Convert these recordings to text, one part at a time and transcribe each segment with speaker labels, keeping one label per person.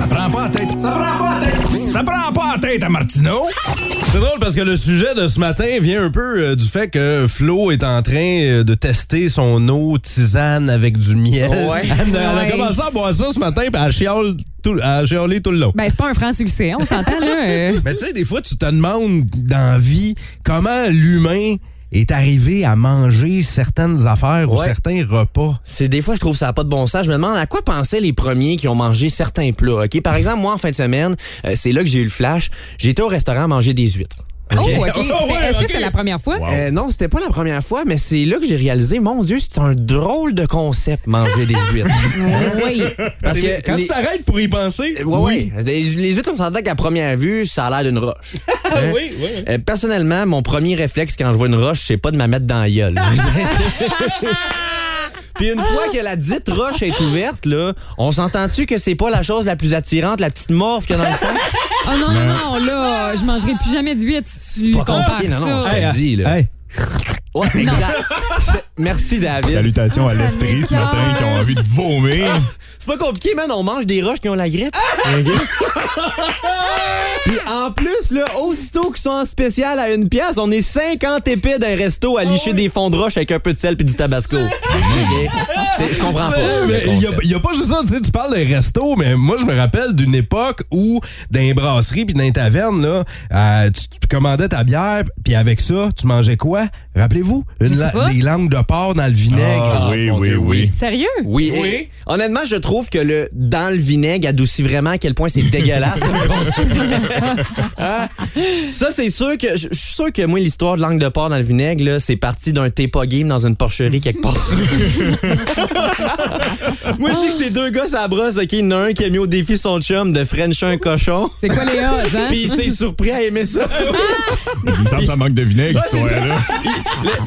Speaker 1: Ça prend pas la tête. Ça prend pas la tête. Ça prend pas la tête à Martineau.
Speaker 2: C'est drôle parce que le sujet de ce matin vient un peu euh, du fait que Flo est en train euh, de tester son eau tisane avec du miel.
Speaker 3: Ouais.
Speaker 2: Elle, me- elle a
Speaker 4: Nice.
Speaker 2: commencé à boire ça ce matin puis elle chiale tout, elle a chialé tout le long.
Speaker 4: Ben, c'est pas un franc succès, on s'entend, là.
Speaker 1: Ben.
Speaker 4: euh.
Speaker 2: Mais tu sais, des fois, tu te demandes dans la vie comment l'humain est arrivé à manger certaines affaires ou
Speaker 3: Ouais.
Speaker 2: certains repas.
Speaker 3: C'est des fois, je trouve ça n'a pas de bon sens. Je me demande à quoi pensaient les premiers qui ont mangé certains plats. Ok, par exemple, moi en fin de semaine, euh, c'est là que j'ai eu le flash. J'étais au restaurant manger des huîtres.
Speaker 4: Oh, OK.
Speaker 2: Oh,
Speaker 4: C'était- Est-ce
Speaker 2: ouais,
Speaker 4: que
Speaker 2: OK.
Speaker 4: c'était la première fois?
Speaker 3: Euh, non, c'était pas la première fois, mais c'est là que j'ai réalisé, mon Dieu, c'est un drôle de concept manger des huîtres.
Speaker 4: Euh, Oui.
Speaker 3: Parce que
Speaker 2: Quand
Speaker 3: les-
Speaker 2: tu t'arrêtes pour y penser,
Speaker 3: Ouais, ouais. Les, les huîtres, on s'entend qu'à première vue, ça a l'air d'une roche. Hein?
Speaker 2: Ah, oui, oui.
Speaker 3: Euh, personnellement, mon premier réflexe quand je vois une roche, c'est pas de me mettre dans la gueule. Puis une fois que la dite roche est ouverte, là, on s'entend-tu que c'est pas la chose la plus attirante, la petite morve qu'il y a dans le fond?
Speaker 4: Oh non, non, non, là, je mangerai plus jamais de huîtres si tu
Speaker 3: Pas
Speaker 4: compares
Speaker 3: compliqué, non, non,
Speaker 4: ça.
Speaker 3: je te le dis, là.
Speaker 2: Hey,
Speaker 3: Ouais, exact. C'est- Merci, David.
Speaker 1: Salutations
Speaker 4: Ah,
Speaker 1: à
Speaker 4: ça
Speaker 1: l'Estrie ce
Speaker 4: m'écoeure.
Speaker 1: matin qui ont envie de vomir.
Speaker 3: C'est pas compliqué, man. On mange des roches qui ont la grippe. Ok? Puis en plus, là, aussitôt qu'ils sont en spécial à une pièce, on est 50 épées d'un resto à licher des fonds de roche avec un peu de sel puis du tabasco. Ok? C'est- Je comprends pas. le
Speaker 2: Mais Il y a-
Speaker 3: concept.
Speaker 2: il y a, pas juste ça, tu sais, tu parles des restos, mais moi, je me rappelle d'une époque où, dans les brasseries puis dans les tavernes, là, euh, tu, tu commandais ta bière, puis avec ça, tu mangeais quoi? Rappelez-vous, une la-
Speaker 4: pas.
Speaker 2: des langues de porc dans le vinaigre.
Speaker 1: Ah, oui,
Speaker 3: mon
Speaker 1: oui,
Speaker 3: Dieu,
Speaker 1: oui.
Speaker 4: Sérieux?
Speaker 3: Oui. et- honnêtement, je trouve que le dans le vinaigre adoucit vraiment à quel point c'est dégueulasse. comme concept. Hein? Ça, c'est sûr que je je suis sûr que moi, l'histoire de l'angle de porc dans le vinaigre, là, c'est parti d'un thé pas game dans une porcherie quelque part. moi, je sais que ces deux gars, ça brosse. Ok, il y en a un qui a mis au défi son chum de Frencher un cochon.
Speaker 4: C'est quoi les odds, hein?
Speaker 3: Puis il s'est surpris à aimer ça.
Speaker 1: Mais Il me semble que ça manque de vinaigre, cette
Speaker 3: Ouais, c'est
Speaker 1: histoire-là.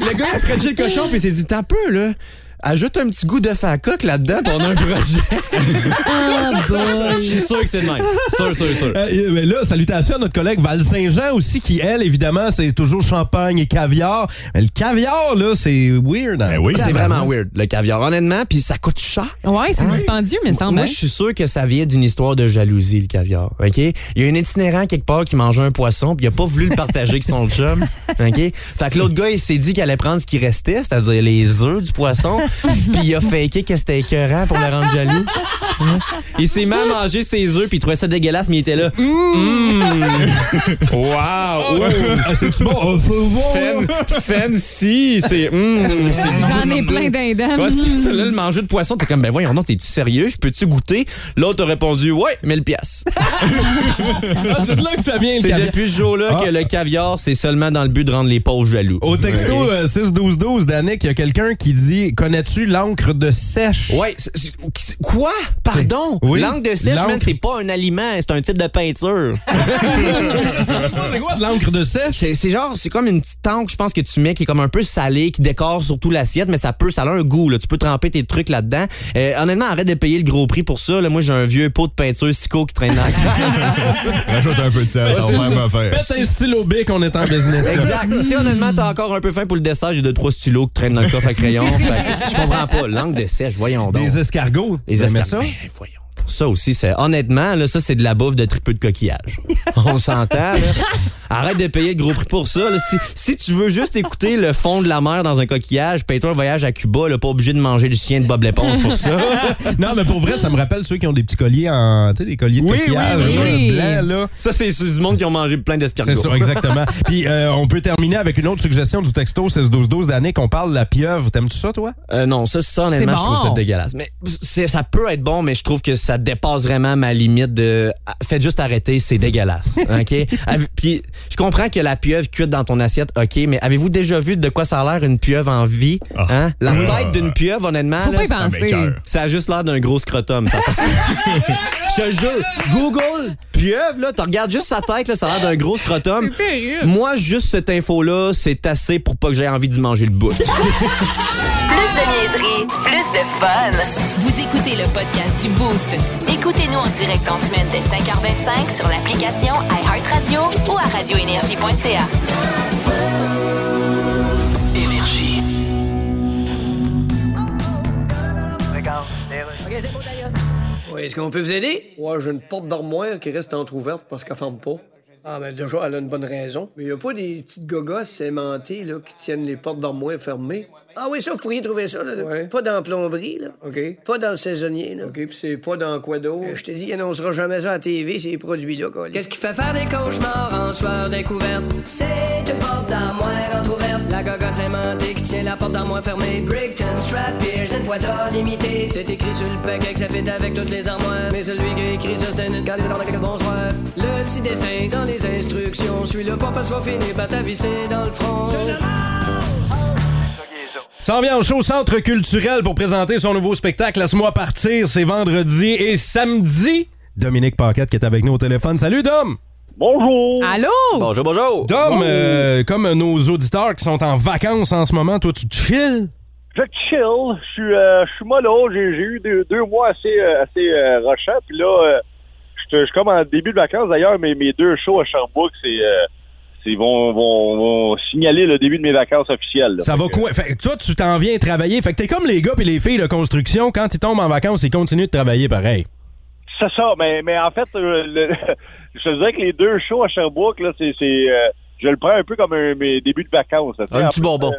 Speaker 3: Le, le gars, il a Frenché le cochon, puis il s'est dit, t'as peu, là. Ajoute un petit goût de facoque là-dedans, puis on a un projet.
Speaker 4: Ah, boy.
Speaker 3: Je suis sûr que c'est le même. Sûr, sûr, sûr.
Speaker 2: Euh, euh, mais là, salutations à notre collègue Val Saint-Jean aussi, qui, elle, évidemment, c'est toujours champagne et caviar. Mais le caviar, là, c'est weird. hein?
Speaker 1: Ben oui.
Speaker 3: C'est vraiment weird, le caviar. Honnêtement, puis ça coûte cher.
Speaker 4: Ouais, c'est dispendieux, mais semble. hein?
Speaker 3: Moi, je suis sûr que ça vient d'une histoire de jalousie, le caviar. OK? Il y a un itinérant quelque part qui mangeait un poisson, puis il a pas voulu le partager avec son chum. OK? Fait que l'autre gars, il s'est dit qu'il allait prendre ce qui restait, c'est-à-dire les œufs du poisson, puis il a faké que c'était écœurant pour le rendre jaloux. Hein? Il s'est même mangé ses œufs, puis il trouvait ça dégueulasse, mais il était là. Mmh.
Speaker 1: Wow!
Speaker 2: Ah, C'est-tu bon? Ah, c'est bon, là.
Speaker 3: fancy! C'est. mm, c'est
Speaker 4: J'en ai plein d'indemnes.
Speaker 3: Ouais, c'est ça, là, le manger de poisson, t'es comme, ben voyons, non, t'es-tu sérieux? Je peux-tu goûter? L'autre a répondu, ouais, 1000 piastres.
Speaker 2: Ah, c'est de là que ça vient, le
Speaker 3: C'est
Speaker 2: caviar.
Speaker 3: depuis ce jour-là
Speaker 2: Ah.
Speaker 3: que le caviar, c'est seulement dans le but de rendre les pauvres jaloux.
Speaker 2: Au texto
Speaker 3: Ouais.
Speaker 2: euh, 6-12-12, Danick, il y a quelqu'un qui dit Connais-tu l'encre de sèche
Speaker 3: Ouais, c'est- c'est- quoi? Pardon?
Speaker 2: C'est- oui.
Speaker 3: L'angle de sèche,
Speaker 2: L'encre-
Speaker 3: man, c'est pas un aliment, c'est un type de peinture.
Speaker 2: Ah, C'est quoi de l'encre de sèche
Speaker 3: Ah, c'est c'est genre, c'est comme une petite tangue, je pense, que tu mets qui est comme un peu salée, qui décore surtout l'assiette, mais ça peut, ça a un goût, là. Tu peux tremper tes trucs là-dedans. Euh, honnêtement, arrête de payer le gros prix pour ça, là. Moi, j'ai un vieux pot de peinture Sico qui traîne dans la
Speaker 1: Rajoute un peu de sel, ça
Speaker 2: c'est
Speaker 1: va
Speaker 2: ça.
Speaker 1: même affaire.
Speaker 2: Pète un stylo bic, on est en business. là.
Speaker 3: Exact. Si honnêtement, t'as encore un peu faim pour le dessert, j'ai deux, trois stylos qui traînent dans le coffre à crayon. Fait que je comprends pas. Langue de sèche, voyons donc.
Speaker 2: Des escargots.
Speaker 3: Les
Speaker 2: T'aimais
Speaker 3: escargots.
Speaker 2: ça?
Speaker 3: Ben, voyons. Ça aussi, c'est. Honnêtement, là, ça, c'est de la bouffe de triple de coquillage. On s'entend, là. Arrête de payer le gros prix pour ça. là. Si, si tu veux juste écouter le fond de la mer dans un coquillage, paye-toi un voyage à Cuba, là, pas obligé de manger le chien de Bob l'éponge pour ça.
Speaker 2: Non, mais pour vrai, ça me rappelle ceux qui ont des petits colliers en. Tu sais, des colliers de
Speaker 3: Oui, oui,
Speaker 2: coquillage
Speaker 3: oui,
Speaker 4: oui.
Speaker 2: blancs, là.
Speaker 3: Ça, c'est c'est du monde qui ont mangé plein
Speaker 2: C'est
Speaker 3: d'escargots.
Speaker 2: ça, exactement. Puis euh, on peut terminer avec une autre suggestion du texto 16-12-12 d'année qu'on parle de la pieuvre. T'aimes-tu ça, toi?
Speaker 3: Euh, non, ça, ça honnêtement,
Speaker 4: C'est
Speaker 3: je trouve
Speaker 4: bon.
Speaker 3: ça dégueulasse. Mais c'est- ça peut être bon, mais je trouve que ça dépasse vraiment ma limite de ah, faites juste arrêter, c'est dégueulasse. OK? Ave- Puis je comprends que la pieuvre cuite dans ton assiette, OK, mais avez-vous déjà vu de quoi ça a l'air une pieuvre en vie? Hein? La tête d'une pieuvre, honnêtement,
Speaker 4: Faut
Speaker 3: là,
Speaker 4: pas y
Speaker 1: Ah, mais
Speaker 4: penser.
Speaker 1: cœur.
Speaker 3: ça a juste l'air d'un gros scrotum. ça. je te jure, Google pieuvre, là, tu regardes juste sa tête, là, ça a l'air d'un gros scrotum.
Speaker 4: C'est terrible.
Speaker 3: Moi, juste cette info-là, c'est assez pour pas que j'aie envie d'y manger le bout.
Speaker 5: Plus de niaiserie, plus de fun. Vous écoutez le podcast du Boost. Écoutez-nous en direct en semaine dès 5h25 sur l'application iHeartRadio ou à radioénergie.ca.
Speaker 6: Oui, est-ce qu'on peut vous aider? Ouais, j'ai une porte d'armoire qui reste entr'ouverte parce qu'elle ferme pas. Ah, ben déjà, elle a une bonne raison. Mais y a pas des petites gogosses aimantées, là, qui tiennent les portes d'armoire fermées? Ah oui, ça, vous pourriez trouver ça, là. Pas dans la plomberie, là. OK. Pas dans le saisonnier, là. OK, puis c'est pas dans quoi d'autre? je te dis, il annoncera jamais ça à la TV, ces produits-là, Qu'est-ce qui fait faire des cauchemars en soir découverte? C'est une porte d'armoire entrouverte. La gogosse aimantée qui tient la porte d'armoire fermée. Brickton, Strap, Pearson, Poitard, limité. C'est écrit sur le paquet que ça fait avec toutes les armoires. Mais celui qui a écrit ça, c'est un escalier dans lequel bonsoir. Le petit dessin dans les instructions. Suis-le pas parce qu'on finit par t'avisser dans le front.
Speaker 2: S'en vient au show Centre culturel pour présenter son nouveau spectacle. Laisse-moi partir, c'est vendredi et samedi. Dominique Paquette qui est avec nous au téléphone. Salut Dom!
Speaker 7: Bonjour!
Speaker 4: Allô?
Speaker 3: Bonjour, bonjour.
Speaker 2: Dom, euh, comme nos auditeurs qui sont en vacances en ce moment, toi tu chill?
Speaker 7: Je chill, je suis, euh, je suis mollo, j'ai j'ai eu deux, deux mois assez, euh, assez euh, rochants, puis là, euh, je te- je suis comme en début de vacances d'ailleurs, mais mes deux shows à Sherbrooke, c'est, euh, c'est vont, vont, vont signaler le début de mes vacances officielles. là.
Speaker 2: Ça va quoi? Fait que toi tu t'en viens travailler. Fait que t'es comme les gars et les filles de construction, quand ils tombent en vacances, ils continuent de travailler pareil.
Speaker 7: C'est ça, mais, mais en fait, euh, le- je te dirais que les deux shows à Sherbrooke, là, c'est, c'est, euh, je le prends un peu comme un- mes débuts de vacances. là, tu sais.
Speaker 3: Un
Speaker 7: En
Speaker 3: petit
Speaker 7: plus,
Speaker 3: bonbon.
Speaker 7: euh,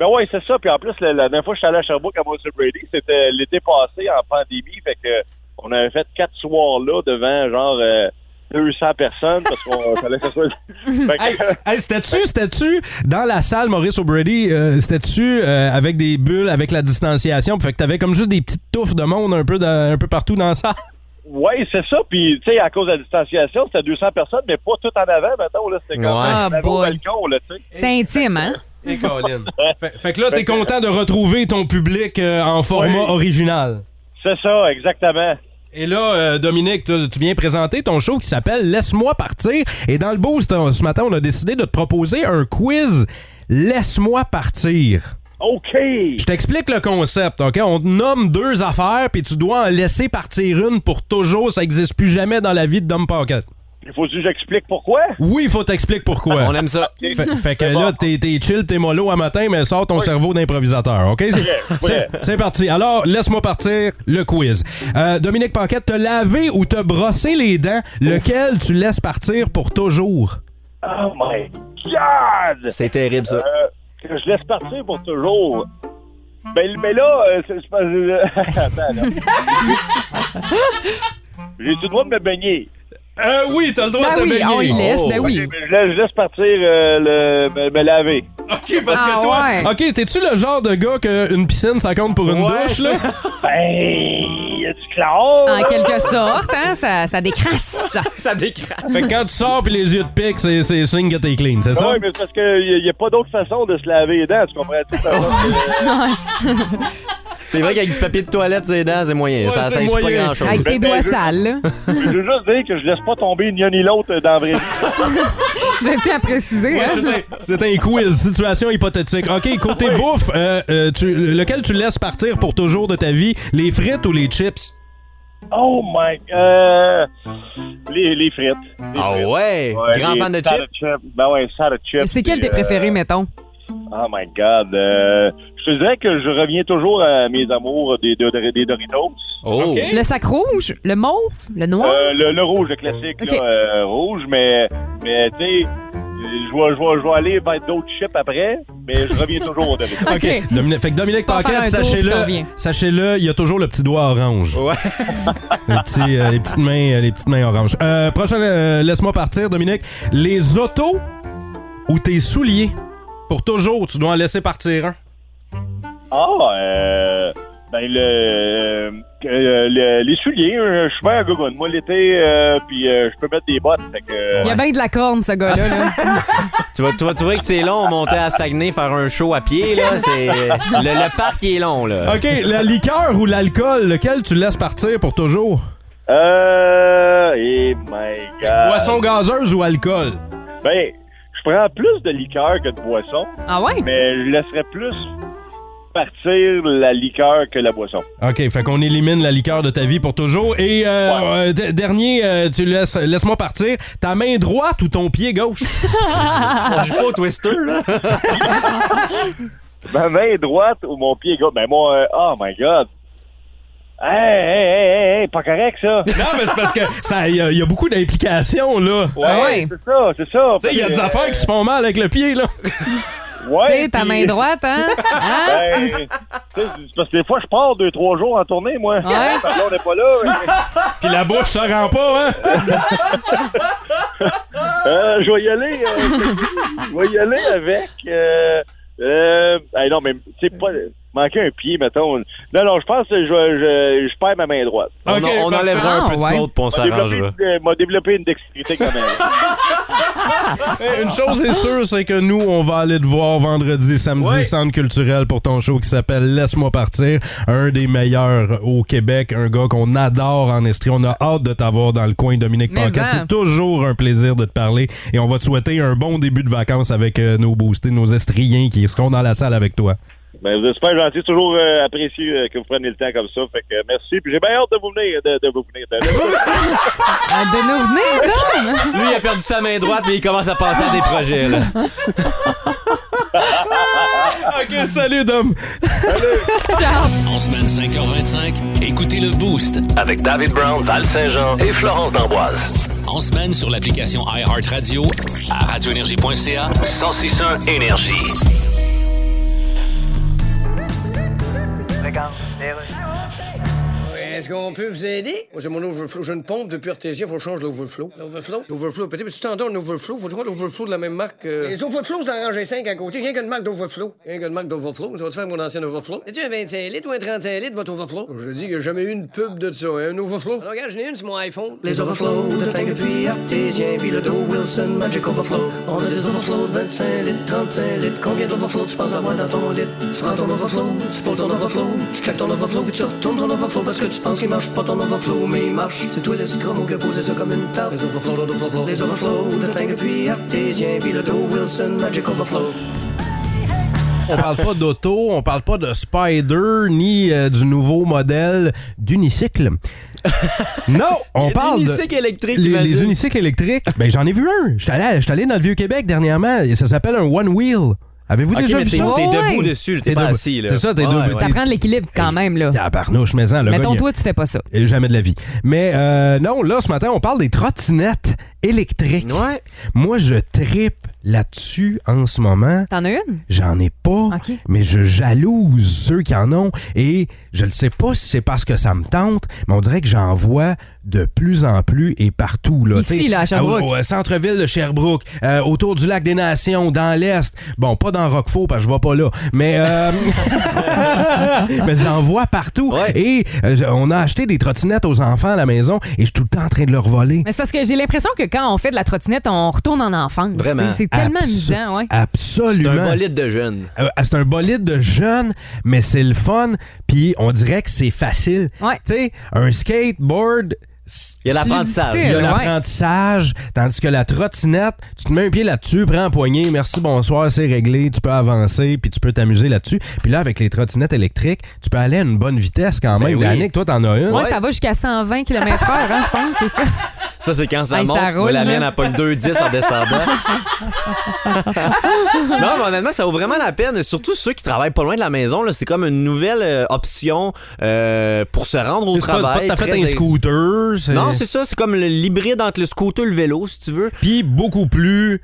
Speaker 7: Ben oui, c'est ça. Puis en plus, la, la dernière fois que je suis allé à Sherbrooke à Monsieur Brady, c'était l'été passé en pandémie. Fait que euh, on avait fait quatre soirs là devant genre euh, 200 personnes parce qu'on fallait que ça soit.
Speaker 4: Mhm.
Speaker 7: Fait que, euh,
Speaker 2: Hey, hey, c'était-tu, c'était-tu dans la salle Maurice O'Brady, euh, c'était-tu euh, avec des bulles, avec la distanciation, fait que t'avais comme juste des petites touffes de monde un peu, dans- un peu partout dans la salle?
Speaker 7: ouais, c'est ça. Puis tu sais, à cause de la distanciation, c'était 200 personnes, mais pas tout en avant. Maintenant, là, c'était comme
Speaker 3: Ouais.
Speaker 4: Ah,
Speaker 7: on avait au
Speaker 4: boy.
Speaker 7: balcon, là, tu sais.
Speaker 4: C'est intime, hein?
Speaker 2: Et Colin. fait, fait que là, t'es content de retrouver ton public euh, en format
Speaker 7: Oui.
Speaker 2: original.
Speaker 7: C'est ça, exactement.
Speaker 2: Et là, euh, Dominique, tu tu viens présenter ton show qui s'appelle Laisse-moi partir. Et dans le boost, euh, ce matin, on a décidé de te proposer un quiz Laisse-moi partir.
Speaker 7: OK.
Speaker 2: Je t'explique le concept, OK? On te nomme deux affaires, puis tu dois en laisser partir une pour toujours. Ça n'existe plus jamais dans la vie de Dom Pocket.
Speaker 7: Il faut que j'explique pourquoi.
Speaker 2: Oui, il faut t'expliquer pourquoi.
Speaker 3: Ah, On aime ça.
Speaker 2: Fait, fait que
Speaker 7: C'est bon.
Speaker 2: là, t'es t'es chill, t'es mollo à matin, mais sors ton cerveau d'improvisateur, OK? C'est- C'est c'est parti. Alors, laisse-moi partir le quiz. Euh, Dominique Paquette, t'as lavé ou t'as brossé les dents, lequel tu laisses partir pour toujours?
Speaker 7: Oh my God!
Speaker 3: C'est terrible, ça.
Speaker 7: Euh, que je laisse partir pour toujours. Ben, ben là, euh, c'est- c'est pas... euh, Attends, là. J'ai-tu le droit de me baigner?
Speaker 2: Euh, oui, t'as le droit
Speaker 4: Ben oui, on y laisse,
Speaker 2: Oh.
Speaker 4: ben oui.
Speaker 7: Ok, ben je, laisse, je laisse partir euh, le, me, me laver.
Speaker 2: OK, parce
Speaker 4: Ah
Speaker 2: que toi...
Speaker 4: ouais.
Speaker 2: OK, t'es-tu le genre de gars qu'une piscine, ça compte pour une
Speaker 3: Ouais.
Speaker 2: douche, là?
Speaker 7: Ben, y a du chlore?
Speaker 4: En quelque sorte, hein? Ça, ça décrasse.
Speaker 3: Ça décrase.
Speaker 2: Fait que quand tu sors pis les yeux te piquent, c'est c'est signe que t'es clean, c'est ça?
Speaker 7: Oui, mais c'est parce qu'il n'y a, pas d'autre façon de se laver les dents, tu comprends? Tout ça,
Speaker 3: C'est vrai qu'avec du papier de toilette, c'est dents, c'est moyen.
Speaker 2: Ouais,
Speaker 3: ça
Speaker 2: c'est
Speaker 3: ça pas
Speaker 2: moyen.
Speaker 3: grand-chose.
Speaker 4: Avec tes
Speaker 7: Ben,
Speaker 4: doigts
Speaker 7: je-
Speaker 4: sales, là.
Speaker 7: je veux juste dire que je laisse pas tomber ni un ni l'autre dans la vraie vie.
Speaker 4: Je tiens à préciser,
Speaker 2: Ouais,
Speaker 4: hein?
Speaker 2: c'est un- C'est un quiz, situation hypothétique. OK, côté bouffe, euh, euh, tu- lequel tu laisses partir pour toujours de ta vie, les frites ou les chips?
Speaker 7: Oh my... Euh, les, les frites. Les
Speaker 3: Ah
Speaker 7: frites.
Speaker 3: ouais?
Speaker 7: Ouais,
Speaker 3: Grand
Speaker 7: les
Speaker 3: fan de
Speaker 7: salad
Speaker 3: chips?
Speaker 7: Ben ouais, salad chips.
Speaker 4: C'est quel
Speaker 7: puis,
Speaker 4: tes préférés, mettons?
Speaker 7: Oh my God. euh, je te dirais que je reviens toujours à mes amours des, des, des Doritos.
Speaker 3: Oh!
Speaker 4: Le sac rouge? Le mauve? Le noir?
Speaker 7: Euh, le, le rouge, le classique,
Speaker 4: Ok.
Speaker 7: là, euh, rouge, mais, mais tu sais, je vais- je vais je vais aller vers d'autres chips après, mais je reviens toujours aux Doritos.
Speaker 4: OK.
Speaker 2: Dominique, fait que Dominique
Speaker 4: Tu vas faire
Speaker 2: Paquette,
Speaker 4: un tour,
Speaker 2: sachez-le,
Speaker 4: puis t'en reviens.
Speaker 2: sachez-le, il y a toujours le petit doigt orange.
Speaker 3: Ouais.
Speaker 2: Le petit, euh, les, petites mains, euh, les petites mains oranges. Euh, prochain, euh, laisse-moi partir, Dominique. Les autos ou tes souliers? Pour toujours, tu dois en laisser partir un.
Speaker 7: Ah, euh, ben le, euh, le- les souliers, euh, je suis bien à gogoune. Moi, l'été, euh, puis euh, je peux mettre des bottes. Fait que, euh,
Speaker 4: Il y a bien de la corne, ce gars-là. là.
Speaker 3: Tu vas, tu vas trouver que c'est long, monter à Saguenay, faire un show à pied, là. C'est... Le, le parc, il est long, là.
Speaker 2: OK, la liqueur ou l'alcool, lequel tu laisses partir pour toujours?
Speaker 7: euh, eh my God.
Speaker 2: Boisson gazeuse ou alcool?
Speaker 7: Ben, je prends plus de liqueur que de boisson.
Speaker 4: Ah ouais?
Speaker 7: Mais je laisserais plus partir la liqueur que la boisson.
Speaker 2: OK, fait qu'on élimine la liqueur de ta vie pour toujours. Et euh, euh, de- dernier, euh, tu laisses, laisse-moi partir. Ta main droite ou ton pied gauche?
Speaker 3: On joue pas au twister, là.
Speaker 7: Ma main droite ou mon pied gauche? Ben moi, euh, oh my God! Hey, hey, hey, hey, hey, pas correct ça!
Speaker 2: non, mais c'est parce que ça, il y, a- il y a beaucoup d'implications, là.
Speaker 4: Ah ouais.
Speaker 7: C'est ça, c'est ça!
Speaker 2: Tu sais, il y a des affaires qui se font mal avec le pied, là.
Speaker 4: Tu
Speaker 7: euh, Ouais,
Speaker 4: sais, ta
Speaker 7: puis-
Speaker 4: main droite, hein? Hein?
Speaker 7: Ben, tu sais, c'est parce que des fois, je pars deux, trois jours en tournée, moi.
Speaker 4: Ouais.
Speaker 7: Parce qu'on n'est pas là.
Speaker 2: Puis la bouche, ça rend pas, hein?
Speaker 7: Euh, je vais y aller. euh, je vais y aller avec. Euh, euh, hey, non, mais tu sais, pas manquer un pied, mettons. Non, non, je pense que je, vais- je, je perds ma main droite.
Speaker 3: On,
Speaker 2: Ok,
Speaker 3: on
Speaker 2: parfait.
Speaker 3: enlèvera un
Speaker 4: Ah,
Speaker 3: peu de
Speaker 4: ouais.
Speaker 3: compte, puis on
Speaker 7: M'a développé,
Speaker 3: s'arrangera.
Speaker 7: une- euh, m'a développé une dextérité quand même.
Speaker 2: Hey, Une chose est sûre, c'est que nous, on va aller te voir vendredi, samedi, centre culturel pour ton show qui s'appelle Laisse-moi partir. Un des meilleurs au Québec, un gars qu'on adore en Estrie. On a hâte de t'avoir dans le coin, Dominique
Speaker 4: Mais
Speaker 2: Paquette.
Speaker 4: en.
Speaker 2: C'est toujours un plaisir de te parler et on va te souhaiter un bon début de vacances avec euh, nos boostés, nos Estriens qui seront dans la salle avec toi.
Speaker 7: Ben, vous êtes super gentil, toujours euh, apprécié euh, que vous preniez le temps comme ça. Fait que euh, merci. Puis j'ai bien hâte de vous venir. De, de vous venir. de- de-
Speaker 4: Ah, De nous venir, Dom!
Speaker 3: Lui, il a perdu sa main droite, mais il commence à penser à des projets, là.
Speaker 2: Ok, salut, Dom!
Speaker 8: En semaine 5h25, écoutez le Boost.
Speaker 9: Avec David Brown, Val Saint-Jean et Florence d'Amboise.
Speaker 8: En semaine sur l'application iHeartRadio, à radioénergie.ca.
Speaker 9: 1061 Énergie.
Speaker 6: Est-ce qu'on peut vous aider? Moi, c'est mon overflow. J'ai une pompe depuis Artesia, faut changer l'overflow. L'overflow? L'overflow. Peut-être que tu t'endors un overflow. Faut trouver l'overflow de la même marque. que- Les overflows dans la rangée 5 à côté. Rien qu'une marque d'overflow. Rien qu'une marque d'overflow. Ça va te faire mon ancien overflow. Es-tu un 25 litres ou un 35 litres, votre overflow? Je dis qu'il n'y a jamais eu une pub de ça. hein, Un overflow. Alors, regarde, j'en ai une sur mon iPhone. Les overflows de Tank depuis Artesia, puis le dos Wilson Magic Overflow. On a des overflows de 25 litres, 35 litres. Combien d'overflows tu penses avoir dans ton litre? Tu prends ton overflow, tu poses ton overflow, tu check ton overflow, puis tu retournes ton overflow parce que tu penses qu'il marche pas ton overflow, mais il marche. C'est toi l'escroc qui a posé ça comme une tarte. Les overflows, les overflows, les overflows de Tank depuis Artésien, puis le dos Wilson Magic Overflow.
Speaker 2: On parle pas d'auto, on parle pas de Spider, ni euh, du nouveau modèle d'unicycle. non, on parle de...
Speaker 3: Unicycle électrique,
Speaker 2: Les, les
Speaker 3: imagine.
Speaker 2: unicycles électriques, ben j'en ai vu un. J'étais allé, j'étais allé dans le Vieux-Québec dernièrement et ça s'appelle un One Wheel. Avez-vous
Speaker 3: Ok,
Speaker 2: déjà
Speaker 3: mais
Speaker 2: vu
Speaker 3: t'es
Speaker 2: ça?
Speaker 4: Ouais,
Speaker 3: t'es
Speaker 4: ouais.
Speaker 3: debout dessus, t'es
Speaker 2: T'es
Speaker 3: pas
Speaker 2: debout.
Speaker 3: assis, là.
Speaker 2: C'est ça, t'es
Speaker 3: Ouais,
Speaker 2: debout,
Speaker 3: ouais.
Speaker 4: Ça prend de l'équilibre quand même, là.
Speaker 2: Ah, barnouche, mais en, le gars,
Speaker 4: Mettons,
Speaker 2: il-
Speaker 4: toi, tu fais pas ça.
Speaker 2: euh, Jamais de la vie. Mais euh, non, là, ce matin, on parle des trottinettes électriques.
Speaker 3: Ouais.
Speaker 2: Moi, je tripe là-dessus en ce moment.
Speaker 4: T'en as une?
Speaker 2: J'en ai pas,
Speaker 4: Ok.
Speaker 2: mais je jalouse ceux qui en ont et je ne sais pas si c'est parce que ça me tente, mais on dirait que j'en vois de plus en plus et partout. Là,
Speaker 4: Ici,
Speaker 2: tu sais,
Speaker 4: là, à Sherbrooke.
Speaker 2: Au, au, euh, centre-ville de Sherbrooke, euh, autour du lac des Nations, dans l'Est. Bon, pas dans Roquefort parce que je vois pas là, mais, euh, mais j'en vois partout.
Speaker 3: Ouais.
Speaker 2: Et euh, je- on a acheté des trottinettes aux enfants à la maison et je suis tout le temps en train de leur voler.
Speaker 4: Mais c'est parce que j'ai l'impression que quand on fait de la trottinette, on retourne en enfance.
Speaker 3: Vraiment.
Speaker 4: C'est- C'est tellement
Speaker 2: Abso-
Speaker 4: amusant, ouais.
Speaker 3: C'est
Speaker 2: Absolument.
Speaker 3: un bolide de jeune.
Speaker 2: Euh, c'est un bolide de jeunes, mais c'est le fun, puis on dirait que c'est facile.
Speaker 4: Ouais.
Speaker 2: Tu sais, un skateboard. c-
Speaker 3: Il y a l'apprentissage.
Speaker 2: Il y a
Speaker 4: ouais.
Speaker 2: l'apprentissage, tandis que la trottinette, tu te mets un pied là-dessus, prends un poignet, merci, bonsoir, c'est réglé, tu peux avancer, puis tu peux t'amuser là-dessus. Puis là, avec les trottinettes électriques, tu peux aller à une bonne vitesse quand même.
Speaker 3: Ben oui.
Speaker 2: Yannick, toi, t'en as une.
Speaker 4: Moi, ça va jusqu'à 120 km/h, hein, je pense, c'est ça.
Speaker 3: Ça, c'est quand ça
Speaker 4: Hey, ça
Speaker 3: monte. Moi,
Speaker 4: roule,
Speaker 3: la
Speaker 4: là.
Speaker 3: mienne, elle pogne 2,10 en descendant. non, mais honnêtement, ça vaut vraiment la peine. Surtout ceux qui travaillent pas loin de la maison. là. C'est comme une nouvelle euh, option euh, pour se rendre au
Speaker 2: C'est pas, pas
Speaker 3: travail.
Speaker 2: tout à fait
Speaker 3: Très-
Speaker 2: un scooter. c'est-
Speaker 3: Non, c'est ça. C'est comme le- l'hybride entre le scooter et le vélo, si tu veux.
Speaker 2: Puis beaucoup plus,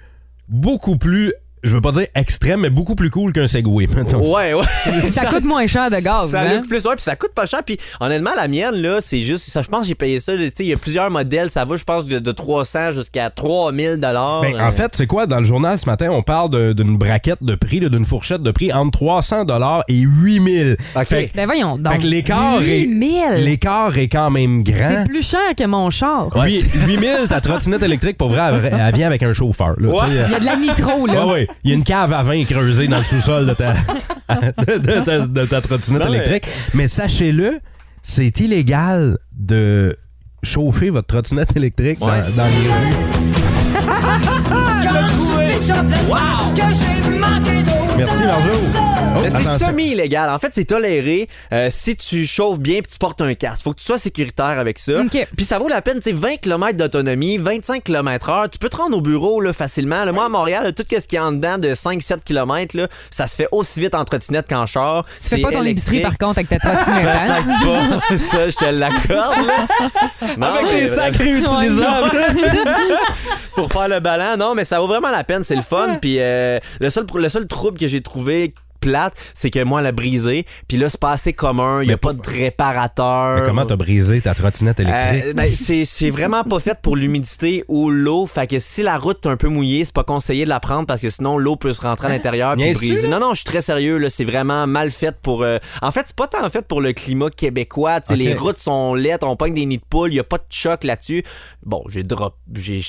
Speaker 2: beaucoup plus, je veux pas dire extrême, mais beaucoup plus cool qu'un Segway, mettons.
Speaker 3: Ouais, ouais.
Speaker 4: Ça coûte moins cher de gaz,
Speaker 3: Ça
Speaker 4: hein.
Speaker 3: coûte plus, ouais, puis ça coûte pas cher. Puis honnêtement, la mienne, là, c'est juste, ça, je pense que j'ai payé ça. là, tu sais, Il y a plusieurs modèles, ça va, je pense, de, de 300 jusqu'à 3000 dollars.
Speaker 4: Oh, euh.
Speaker 2: Ben, en fait, c'est quoi? Dans le journal ce matin, on parle de- d'une braquette de prix, là, d'une fourchette de prix entre 300 et 8000.
Speaker 3: OK.
Speaker 2: Fait, que-
Speaker 4: Ben voyons donc.
Speaker 2: fait que l'écart est,
Speaker 4: 8000.
Speaker 2: l'écart est quand même
Speaker 4: C'est
Speaker 2: grand.
Speaker 4: plus cher que mon char.
Speaker 2: Huit- 8000, ta trottinette électrique, pour vrai, elle, elle vient avec un chauffeur. là, tu sais, euh,
Speaker 4: Il y a de la nitro,
Speaker 2: Ouais,
Speaker 4: là.
Speaker 2: ouais. Il y a une cave à vin creusée dans le sous-sol de ta, de, de- de- de ta trottinette
Speaker 3: Non, mais-
Speaker 2: électrique. Mais sachez-le, c'est illégal de chauffer votre trottinette électrique dans-
Speaker 3: Ouais.
Speaker 2: dans, les rues. Merci, Marjo. Oh,
Speaker 4: Ah,
Speaker 3: Mais c'est
Speaker 2: attention.
Speaker 3: semi-illégal. En fait, c'est toléré euh, si tu chauffes bien puis tu portes un casque. Faut que tu sois sécuritaire avec ça.
Speaker 4: OK.
Speaker 3: Puis ça vaut la peine, tu sais, 20 km d'autonomie, 25 km heure. Tu peux te rendre au bureau là, facilement. Là, moi, à Montréal, là, tout ce qui est en dedans de 5-7 km, là, ça se fait aussi vite en trottinette qu'en char.
Speaker 4: Tu fais pas ton épicerie, par contre, avec ta trottinette. hein?
Speaker 3: Peut-être pas. ça, je te l'accorde. là. Non,
Speaker 2: Avec
Speaker 3: mais
Speaker 2: tes
Speaker 3: vraiment.
Speaker 2: sacs réutilisables.
Speaker 3: pour faire le ballon. Non, mais ça vaut vraiment la peine, c'est le fun. Puis euh, le seul le seul trouble que j'ai trouvé plate, c'est que moi elle a brisé. Puis là c'est pas assez commun, il y a
Speaker 2: Mais
Speaker 3: pas de réparateur.
Speaker 2: Mais comment t'as brisé ta trottinette électrique?
Speaker 3: Euh, ben, c'est c'est vraiment pas fait pour l'humidité ou l'eau. Fait que si la route est un peu mouillée, c'est pas conseillé de la prendre parce que sinon l'eau peut se rentrer à l'intérieur puis
Speaker 2: Niaises-tu,
Speaker 3: briser. Non, non, je suis très sérieux. là. C'est vraiment mal fait pour. euh, En fait, c'est pas tant fait pour le climat québécois. Tu sais,
Speaker 2: Ok.
Speaker 3: Les routes sont laites, on pogne des nids de poules, y a pas de choc là-dessus. Bon, j'ai drop. J'ai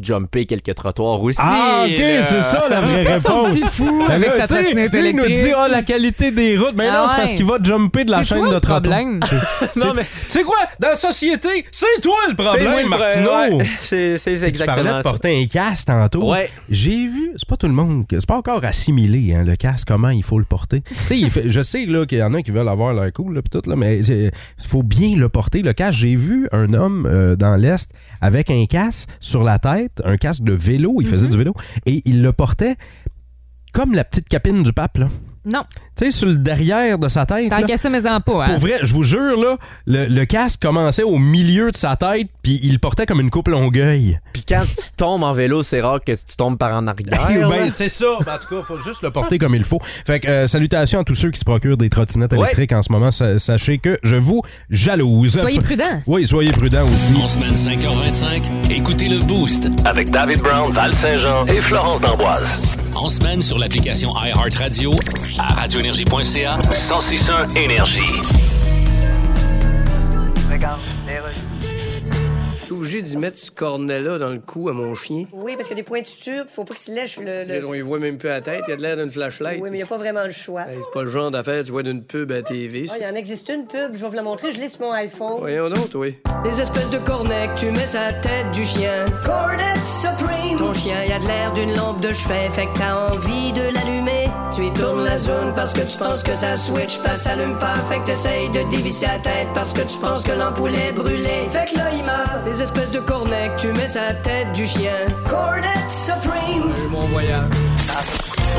Speaker 3: jumpé quelques trottoirs aussi.
Speaker 2: Ah, ok,
Speaker 3: là.
Speaker 2: c'est ça la
Speaker 4: euh,
Speaker 2: vraie
Speaker 4: Fais son
Speaker 2: réponse.
Speaker 4: petit fou
Speaker 2: Ben
Speaker 4: avec
Speaker 2: là,
Speaker 4: sa
Speaker 2: tu sais,
Speaker 4: trottinette
Speaker 2: lui, il nous
Speaker 4: électrique.
Speaker 2: dit, ah, la qualité des routes. Mais
Speaker 4: Ah
Speaker 2: non, c'est
Speaker 4: ouais.
Speaker 2: parce qu'il va jumper de la
Speaker 4: C'est
Speaker 2: chaîne
Speaker 4: toi
Speaker 2: de
Speaker 4: le
Speaker 2: trottoir.
Speaker 4: problème.
Speaker 3: Non, mais
Speaker 2: C'est quoi? Dans la société, c'est toi le
Speaker 3: c'est moi
Speaker 2: problème,
Speaker 3: le
Speaker 2: Martineau.
Speaker 3: ouais. C'est c'est
Speaker 2: Tu parlais
Speaker 3: exactement
Speaker 2: de
Speaker 3: ça.
Speaker 2: porter un casque tantôt.
Speaker 3: Ouais.
Speaker 2: J'ai vu, c'est pas tout le monde, que- c'est pas encore assimilé, hein, le casque, comment il faut le porter. tu sais, il fait- je sais là, qu'il y en a qui veulent avoir leur cool, là, pis tout, là, mais il faut bien le porter, le casque. J'ai vu un homme euh, dans l'Est avec un casque sur la tête, un casque de vélo, il
Speaker 3: Mm-hmm.
Speaker 2: faisait du vélo, et il le portait comme la petite capine du pape, là.
Speaker 4: Non,
Speaker 2: Tu sais, sur le derrière de sa tête.
Speaker 4: t'as
Speaker 2: là.
Speaker 4: cassé mes hein. emplois.
Speaker 2: Pour vrai, je vous jure, là, le, le casque commençait au milieu de sa tête, puis il le portait comme une coupe longueuil.
Speaker 3: Puis quand tu tombes en vélo, c'est rare que tu tombes par en arrière.
Speaker 2: Ben,
Speaker 3: là.
Speaker 2: c'est ça. Ben, en tout cas, faut juste le porter comme il faut. Fait que euh, salutations à tous ceux qui se procurent des trottinettes
Speaker 3: Ouais.
Speaker 2: électriques en ce moment. Sa- sachez que je vous jalouse.
Speaker 4: Soyez prudents.
Speaker 2: Oui, soyez prudents aussi.
Speaker 8: En semaine 5h25, écoutez le Boost.
Speaker 9: Avec David Brown, Val Saint-Jean et Florence d'Amboise.
Speaker 8: En semaine sur l'application iHeartRadio, à radioénergie.ca.
Speaker 9: 1061 Énergie.
Speaker 6: Je suis obligé d'y mettre ce cornet-là dans le cou à mon chien.
Speaker 10: Oui, parce que des points de suture, faut pas que tu lèches le. le-
Speaker 6: On y voit même plus la tête, il y a de l'air d'une flashlight.
Speaker 10: Oui, mais y a pas vraiment le choix.
Speaker 6: Hey, c'est pas le genre d'affaire, tu vois, d'une pub à TV.
Speaker 10: Ah,
Speaker 6: ça.
Speaker 10: Il en existe une pub, je vais vous la montrer, je l'ai sur mon iPhone.
Speaker 6: Voyons donc, oui.
Speaker 10: Les espèces de cornets que tu mets sur la tête du chien. Cornet Supreme. Ton chien y a de l'air d'une lampe de chevet, fait que t'as envie de l'allumer. Tu y tournes la zone parce que tu penses que ça switch pas, s'allume pas. Fait que t'essayes de dévisser la tête parce que tu penses que l'ampoule est brûlée. Fait que là, il meurt. Les espèces de cornets que tu mets sur la tête du chien. Cornet Supreme.
Speaker 6: Mon voyage.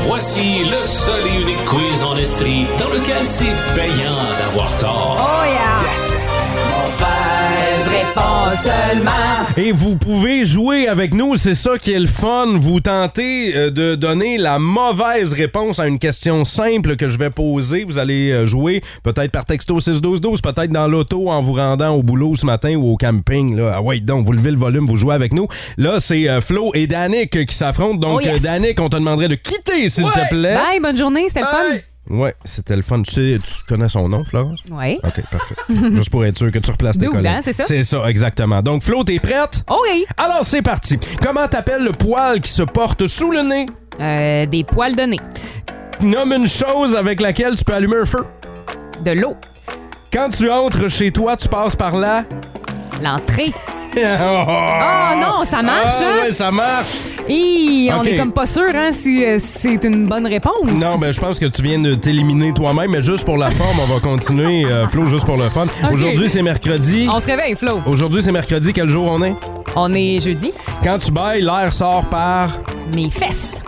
Speaker 8: Voici le seul et unique quiz en Estrie dans lequel c'est payant d'avoir tort.
Speaker 10: Oh seulement.
Speaker 2: Et vous pouvez jouer avec nous, c'est ça qui est le fun. Vous tentez euh, de donner la mauvaise réponse à une question simple que je vais poser. Vous allez euh, jouer peut-être par texto 61212, peut-être dans l'auto en vous rendant au boulot ce matin ou au camping. Là. Ah ouais, donc vous levez le volume, vous jouez avec nous. Là, c'est euh, Flo et Danick qui s'affrontent. Donc,
Speaker 4: Oh yes.
Speaker 2: euh, Danick, on te demanderait de quitter, s'il te plaît.
Speaker 4: Bye, bonne journée, c'était le fun.
Speaker 2: Ouais, c'était le fun. Tu, sais, tu connais son nom, Florence?
Speaker 4: Ouais.
Speaker 2: OK, parfait. Juste pour être sûr que tu replaces tes
Speaker 4: Dude,
Speaker 2: collègues.
Speaker 4: hein, c'est ça?
Speaker 2: C'est ça, exactement. Donc, Flo, t'es prête?
Speaker 4: OK.
Speaker 2: Alors c'est parti. Comment t'appelles le poil qui se porte sous le nez?
Speaker 4: Euh, des poils de nez,
Speaker 2: Nomme une chose avec laquelle tu peux allumer un feu.
Speaker 4: de l'eau,
Speaker 2: Quand tu entres chez toi, tu passes par là.
Speaker 4: l'entrée.
Speaker 2: Ah
Speaker 4: Ah non, ça marche,
Speaker 2: Ah,
Speaker 4: hein?
Speaker 2: ouais, ça marche.
Speaker 4: Hi, on
Speaker 2: OK.
Speaker 4: est comme pas sûr hein, si euh, c'est une bonne réponse.
Speaker 2: Non, mais je pense que tu viens de t'éliminer toi-même, mais juste pour la forme, on va continuer, euh, Flo, juste pour le fun. Aujourd'hui, c'est mercredi.
Speaker 4: On se réveille, Flo.
Speaker 2: Aujourd'hui, c'est mercredi. Quel jour on est?
Speaker 4: On est jeudi.
Speaker 2: Quand tu bailles, l'air sort par...
Speaker 4: Mes fesses.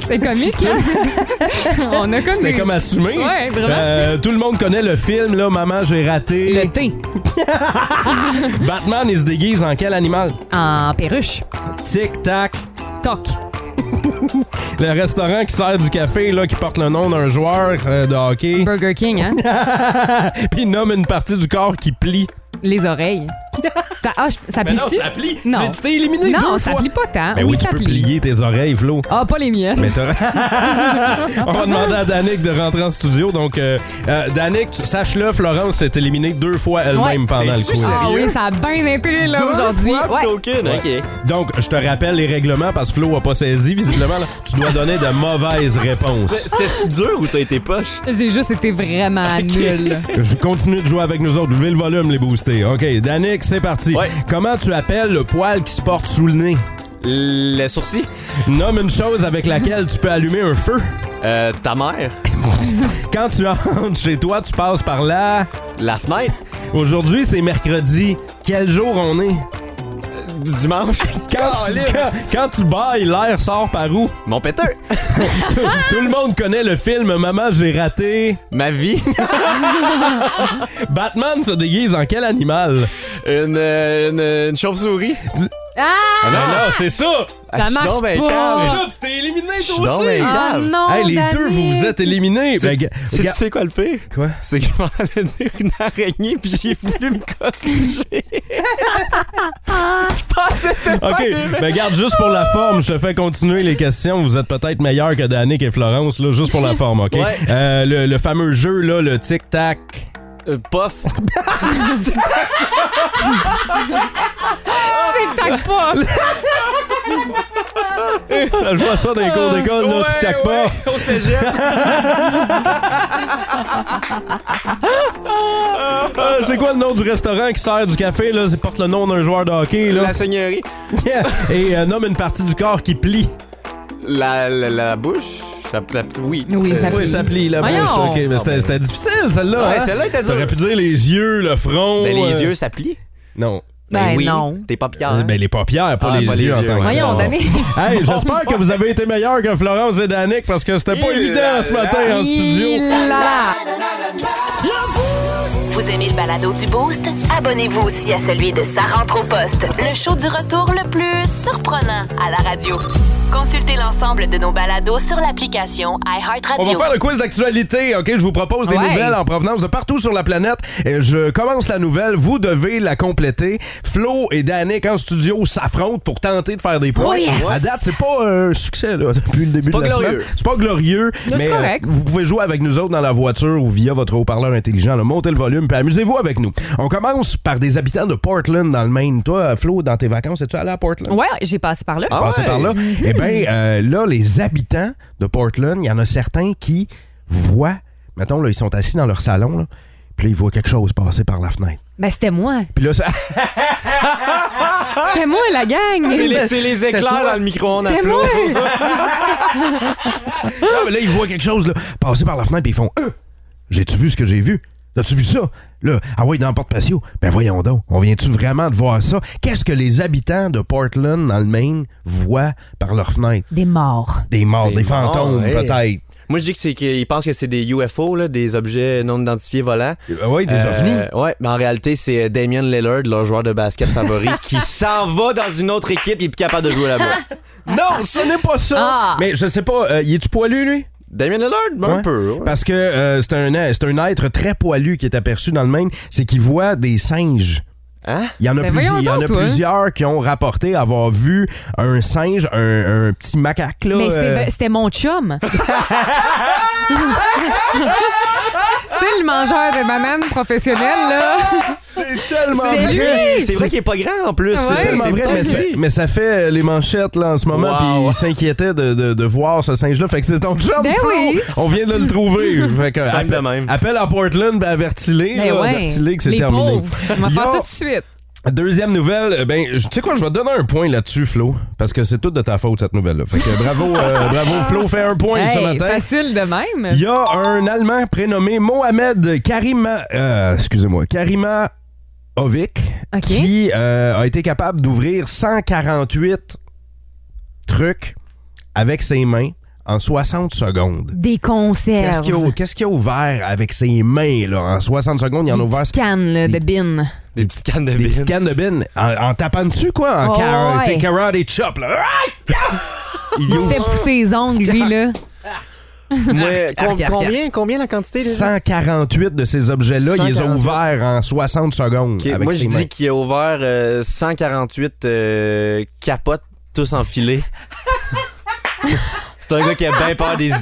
Speaker 4: C'était comique, hein? on a comme
Speaker 2: C'était
Speaker 4: des-
Speaker 2: comme assumé.
Speaker 4: Ouais, vraiment.
Speaker 2: Euh, tout le monde connaît le film, là, Maman, j'ai raté.
Speaker 4: Le thé
Speaker 2: Batman, il se déguise en quel animal?
Speaker 4: en perruche.
Speaker 2: Tic-tac.
Speaker 4: Coq.
Speaker 2: Le restaurant qui sert du café, là, qui porte le nom d'un joueur euh, de hockey.
Speaker 4: Burger King, hein?
Speaker 2: Puis il nomme une partie du corps qui plie.
Speaker 4: Les oreilles. Ça, ah, je- ça plie-tu?
Speaker 2: plie.
Speaker 4: Non.
Speaker 2: Tu- Tu t'es éliminé deux
Speaker 4: Non, ça
Speaker 2: fois.
Speaker 4: plie pas tant.
Speaker 2: Ben oui, tu
Speaker 4: Ah ça
Speaker 2: peux
Speaker 4: plie.
Speaker 2: plier tes oreilles, Flo.
Speaker 4: Ah, pas les miennes.
Speaker 2: Mais t'auras- On va demander à Danick de rentrer en studio. Donc, euh, euh, Danick, tu- sache-le, Florence s'est éliminée deux fois elle-même
Speaker 4: Ouais.
Speaker 2: pendant le
Speaker 3: T'es-tu
Speaker 2: quiz.
Speaker 4: Ah
Speaker 3: Sérieux?
Speaker 4: oui, ça a bien été, là, aujourd'hui. Ouais.
Speaker 3: Token, ok.
Speaker 2: Donc, je te rappelle les règlements parce que Flo a pas saisi, visiblement. là. Tu dois donner de mauvaises réponses.
Speaker 3: C'était dur ou t'as été poche?
Speaker 4: J'ai juste été vraiment nul.
Speaker 2: Je continue de jouer avec nous autres. Levez le volume, les boostés. OK, Danick, Nick, c'est parti. Comment tu appelles le poil qui se porte sous le nez?
Speaker 3: Le sourcil.
Speaker 2: Nomme une chose avec laquelle tu peux allumer un feu.
Speaker 3: Euh, ta mère.
Speaker 2: Quand tu entres chez toi, tu passes par là.
Speaker 3: La fenêtre.
Speaker 2: Aujourd'hui, c'est mercredi. Quel jour on est?
Speaker 3: Euh, Dimanche.
Speaker 2: Quand, tu, quand, quand tu bailles, l'air sort par où?
Speaker 3: Mon péteux.
Speaker 2: tout, tout le monde connaît le film Maman, j'ai raté.
Speaker 3: Ma vie.
Speaker 2: Batman se déguise en quel animal?
Speaker 3: Une, euh, une, une chauve-souris.
Speaker 4: Ah!
Speaker 2: Ah non, non, c'est ça!
Speaker 4: Ça
Speaker 3: je suis
Speaker 4: marche
Speaker 3: donc ben
Speaker 4: pas.
Speaker 3: calme.
Speaker 2: Mais là, tu t'es éliminé,
Speaker 3: Je
Speaker 2: toi
Speaker 3: suis donc
Speaker 2: aussi!
Speaker 3: ben
Speaker 4: Ah
Speaker 3: calme.
Speaker 4: non,
Speaker 2: Hey, les deux,
Speaker 4: Dani.
Speaker 2: vous vous êtes éliminés! Ben, ga-
Speaker 3: Tu sais- tu
Speaker 2: ga-
Speaker 3: sais quoi le pire?
Speaker 2: Quoi?
Speaker 3: C'est que je m'en allais dire une araignée puis j'ai voulu me corriger. je pensais que c'était pas
Speaker 2: OK,
Speaker 3: des-
Speaker 2: ben garde juste pour la forme, je te fais continuer les questions. Vous êtes peut-être meilleurs que Danick et Florence, là, juste pour la forme, OK?
Speaker 3: Ouais.
Speaker 2: Euh, le, le fameux jeu, là, le tic-tac.
Speaker 3: Euh, pof.
Speaker 4: C'est tac pas.
Speaker 2: Je vois ça dans les cours
Speaker 3: Oh
Speaker 2: d'école, là, tic-tac pas.
Speaker 3: Au cégep.
Speaker 2: Euh, c'est quoi le nom du restaurant qui sert du café, là? C'est porte le nom d'un joueur de hockey, là.
Speaker 3: La seigneurie.
Speaker 2: Yeah. Et euh, nomme une partie du corps qui plie.
Speaker 3: La, la, la bouche. Ça- la- oui.
Speaker 4: Oui,
Speaker 3: Euh,
Speaker 4: ça
Speaker 2: Oui, ça plie, la
Speaker 4: Voyons.
Speaker 2: bouche. OK, mais
Speaker 3: Ah, ben.
Speaker 2: c'était c'était difficile, celle-là.
Speaker 3: Ouais,
Speaker 2: hein?
Speaker 3: celle-là était dure.
Speaker 2: T'aurais pu dire les yeux, le front.
Speaker 3: Ben,
Speaker 2: euh,
Speaker 3: les yeux, ça plie.
Speaker 2: Non.
Speaker 4: Oh, Ben
Speaker 3: oui.
Speaker 4: non.
Speaker 3: Tes paupières.
Speaker 2: Euh, Ben, les paupières, pas,
Speaker 3: Ah,
Speaker 2: les,
Speaker 3: pas les
Speaker 2: yeux, en
Speaker 3: yeux,
Speaker 2: tant que
Speaker 3: ouais.
Speaker 4: Voyons,
Speaker 2: tels.
Speaker 4: Dani.
Speaker 2: Hey, j'espère que vous avez été meilleurs que Florence et Danick parce que c'était pas
Speaker 3: Il
Speaker 2: évident ce
Speaker 3: a-
Speaker 2: matin en studio.
Speaker 4: Il a-
Speaker 5: Vous aimez le balado du Boost? Abonnez-vous aussi à celui de Sa rentre au poste, le show du retour le plus surprenant à la radio. Consultez l'ensemble de nos balados sur l'application
Speaker 2: On va
Speaker 5: iHeartRadio.
Speaker 2: faire le quiz d'actualité, OK? Je vous propose des
Speaker 4: Ouais.
Speaker 2: nouvelles en provenance de partout sur la planète. Et je commence la nouvelle, vous devez la compléter. Flo et Danick en studio s'affrontent pour tenter de faire des points.
Speaker 4: Oh, yes.
Speaker 2: À date, c'est pas un succès, là, depuis le début
Speaker 3: pas
Speaker 2: de la
Speaker 3: glorieux.
Speaker 2: semaine. C'est pas glorieux.
Speaker 4: Non,
Speaker 2: mais euh,
Speaker 4: c'est correct.
Speaker 2: vous pouvez jouer avec nous autres dans la voiture ou via votre haut-parleur intelligent. là. Montez le volume, puis amusez-vous avec nous. On commence par des habitants de Portland, dans le Maine. Toi, Flo, dans tes vacances, es-tu allé à Portland?
Speaker 4: Ouais, j'ai passé par là.
Speaker 3: Ah
Speaker 2: passer
Speaker 3: ouais?
Speaker 2: par là. Eh bien, là, les habitants de Portland, il y en a certains qui voient, mettons, là, ils sont assis dans leur salon, là, puis là, ils voient quelque chose passer par la fenêtre.
Speaker 4: Ben c'était moi.
Speaker 2: Puis là, ça...
Speaker 4: C'était moi la
Speaker 2: Ah,
Speaker 3: C'est
Speaker 4: gang.
Speaker 3: les, c'est les éclairs
Speaker 2: toi.
Speaker 3: dans le micro-ondes à
Speaker 4: C'était
Speaker 3: flot.
Speaker 4: moi.
Speaker 2: Ah, mais là, ils voient quelque chose là, passer par la fenêtre, puis ils font Euh, J'ai-tu vu ce que j'ai vu As-tu vu ça Là, ah ouais, dans le porte-patio. Ben voyons donc, on vient-tu vraiment de voir ça Qu'est-ce que les habitants de Portland, dans le Maine, voient par leur fenêtre
Speaker 4: Des morts.
Speaker 2: Des morts, des,
Speaker 3: Des morts,
Speaker 2: fantômes,
Speaker 3: hey.
Speaker 2: peut-être.
Speaker 3: Moi, je dis que c'est qu'ils pensent que c'est des UFO, là, des objets non identifiés volants.
Speaker 2: Ah oui, des
Speaker 3: Euh,
Speaker 2: ovnis.
Speaker 3: Ouais, mais en réalité, c'est euh, Damien Lillard, leur joueur de basket favori, qui s'en va dans une autre équipe et est plus capable de jouer là-bas.
Speaker 2: Non, ce n'est pas ça.
Speaker 4: Ah.
Speaker 2: Mais je sais pas, euh, il est-tu poilu, lui?
Speaker 3: Damien Lillard, ben,
Speaker 2: Ouais.
Speaker 3: un peu. ouais.
Speaker 2: Parce que euh, c'est un, c'est un être très poilu qui est aperçu dans le Maine, c'est qu'il voit des singes.
Speaker 3: Hein?
Speaker 2: Il y en a,
Speaker 4: Ben
Speaker 2: plusi-
Speaker 4: voyons
Speaker 2: il y en
Speaker 4: donc,
Speaker 2: a
Speaker 4: toi.
Speaker 2: plusieurs qui ont rapporté avoir vu un singe, un, un petit macaque. Là,
Speaker 4: Mais
Speaker 2: euh,
Speaker 4: c'est- c'était mon chum. tu sais, le mangeur de bananes professionnel, là.
Speaker 2: c'est tellement
Speaker 4: C'est lui! Ah
Speaker 2: vrai.
Speaker 3: C'est vrai qu'il est pas grand en plus.
Speaker 4: Ouais.
Speaker 2: C'est tellement
Speaker 4: c'est
Speaker 2: vrai, mais ça, mais ça fait euh, les manchettes là, en ce moment,
Speaker 3: Wow.
Speaker 2: puis il s'inquiétait de, de- de voir ce singe-là. Fait que c'est ton job,
Speaker 4: Ben
Speaker 2: Flo.
Speaker 4: oui.
Speaker 2: On vient de le trouver. Fait que,
Speaker 3: Simple
Speaker 2: appelle,
Speaker 3: de même.
Speaker 2: appelle à Portland, ben, avertis-les.
Speaker 4: Ben
Speaker 2: là,
Speaker 4: ouais.
Speaker 2: avertis-les que c'est
Speaker 4: Les
Speaker 2: terminé.
Speaker 4: pauvres. On va
Speaker 2: Il y
Speaker 4: faire
Speaker 2: a-
Speaker 4: ça tout de suite.
Speaker 2: Deuxième nouvelle, euh, ben, je- tu sais quoi, je vais te donner un point là-dessus, Flo, parce que c'est tout de ta faute, cette nouvelle-là. Fait que bravo, euh, bravo, Flo, fait un point ce
Speaker 4: Hey,
Speaker 2: matin.
Speaker 4: facile de même.
Speaker 2: Il y a un Allemand prénommé Mohamed Karima, euh, excusez-moi, Karima Ovic,
Speaker 4: Ok.
Speaker 2: qui euh, a été capable d'ouvrir 148 trucs avec ses mains en 60 secondes.
Speaker 4: Des
Speaker 2: Qu'est-ce
Speaker 4: conserves.
Speaker 2: qu'il a, qu'est-ce qu'il a ouvert avec ses mains, là, en 60 secondes? Il en a ouvert
Speaker 4: Canne, là, de bin.
Speaker 3: Des petits cannes de
Speaker 2: des
Speaker 3: bine.
Speaker 2: petites cannes de bin en, en tapant dessus, quoi. En
Speaker 4: Oh,
Speaker 2: car-
Speaker 4: ouais.
Speaker 2: C'est karate chop, là. Il
Speaker 4: Il
Speaker 2: ouvre
Speaker 4: se fait pousser les ongles, lui, là.
Speaker 3: Ouais, com-
Speaker 2: arc, arc.
Speaker 3: combien, combien la quantité déjà?
Speaker 2: 148 de ces objets-là, il les a
Speaker 3: 148.
Speaker 2: ouverts en 60 secondes.
Speaker 3: Ok,
Speaker 2: avec
Speaker 3: Moi,
Speaker 2: ses
Speaker 3: je
Speaker 2: mains.
Speaker 3: dis qu'il a ouvert euh, 148 euh, capotes, tous enfilés. C'est un gars qui a bien peur des ITS.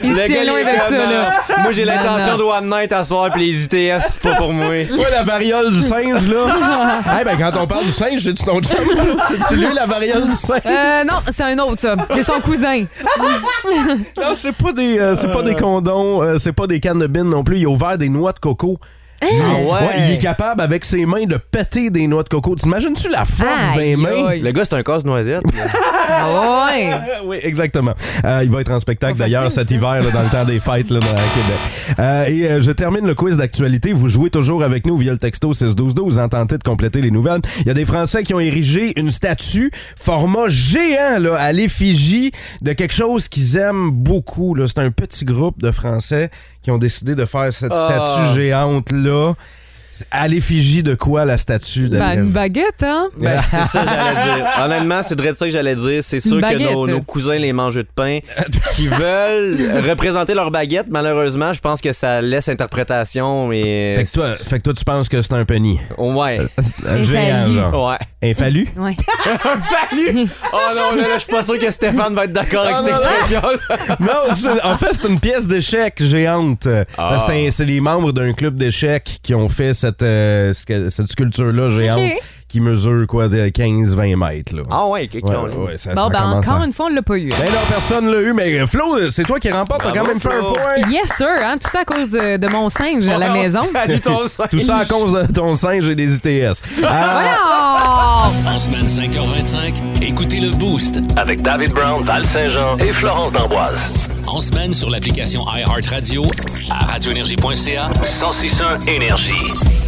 Speaker 4: Il se
Speaker 3: Le
Speaker 4: tient
Speaker 3: gars,
Speaker 4: loin
Speaker 3: il
Speaker 4: de
Speaker 3: est
Speaker 4: ça,
Speaker 3: comme,
Speaker 4: là.
Speaker 3: non, Moi, j'ai
Speaker 4: Non,
Speaker 3: l'intention
Speaker 4: non.
Speaker 3: de One Night à soir, puis les ITS, c'est pas pour moi.
Speaker 2: Toi, la variole du singe, là. Eh ben, quand on parle du singe, c'est-tu ton chum? C'est-tu lui, la variole du singe?
Speaker 4: Euh, non, c'est un autre, ça. C'est son cousin.
Speaker 2: Non, c'est pas des, euh, c'est pas des condoms, euh, c'est pas des cannes de bin non plus. Il a ouvert des noix de coco. ouais. il est capable avec ses mains de péter des noix de coco. T'imagines-tu la force
Speaker 11: Aïe,
Speaker 2: des mains?
Speaker 11: aïe.
Speaker 3: Le gars, c'est un casse-noisette.
Speaker 11: Ah ouais.
Speaker 2: oui, exactement. Euh, il va être en spectacle d'ailleurs cet hiver là, dans le temps des fêtes là, dans- à Québec. Euh, et euh, je termine le quiz d'actualité. Vous jouez toujours avec nous via le texto 61212 en tentant Hein, de compléter les nouvelles. Il y a des Français qui ont érigé une statue format géant là, à l'effigie de quelque chose qu'ils aiment beaucoup. là. C'est un petit groupe de Français qui ont décidé de faire cette
Speaker 4: Ah.
Speaker 2: statue géante-là. À l'effigie de quoi la statue de
Speaker 4: Ben, une baguette, hein?
Speaker 3: Ben, c'est ça que j'allais dire. Honnêtement, c'est vrai de ça que j'allais dire. C'est sûr que
Speaker 4: Baguette. hein.
Speaker 3: nos, nos cousins, les mangeux de pain, qui veulent représenter leur baguette, malheureusement, je pense que ça laisse interprétation et... Oh,
Speaker 2: Fait que, toi, euh, fait que toi, tu penses que c'est un penny.
Speaker 3: Ouais.
Speaker 2: Un géant, genre.
Speaker 3: Ouais.
Speaker 2: Infalu?
Speaker 4: Ouais.
Speaker 3: Fallu! Oh non, là, là, je suis pas sûr que Stéphane va être d'accord avec
Speaker 2: Oh
Speaker 3: cette
Speaker 2: non, non.
Speaker 3: expression.
Speaker 2: Non, c'est- en fait, c'est une pièce d'échecs géante. Euh, Parce que C'est un- c'est les membres d'un club d'échecs qui ont fait cette, euh, ce que- cette sculpture-là géante
Speaker 4: Ok.
Speaker 2: qui mesure quoi, de 15-20 mètres. Là.
Speaker 3: Ah ouais, quelqu'un.
Speaker 2: Ouais, ouais, ça,
Speaker 4: Bon,
Speaker 2: ça
Speaker 4: ben,
Speaker 2: commence à-
Speaker 4: encore une fois, on l'a pas eu.
Speaker 2: Ben non, personne l'a eu, mais euh, Flo, euh, c'est toi qui remporte. T'as quand même fait un point.
Speaker 4: Yes, sir, hein? Tout ça à cause de, de mon singe à
Speaker 3: Ah,
Speaker 4: la
Speaker 2: Oh,
Speaker 4: maison.
Speaker 2: salut ton singe. Tout ça à cause de ton singe et des ITS.
Speaker 4: Voilà!
Speaker 8: En semaine 5h25, écoutez le Boost.
Speaker 9: Avec David Brown, Val Saint-Jean et Florence D'Amboise.
Speaker 8: En semaine sur l'application iHeartRadio à radioénergie.ca.
Speaker 9: 1061 Énergie.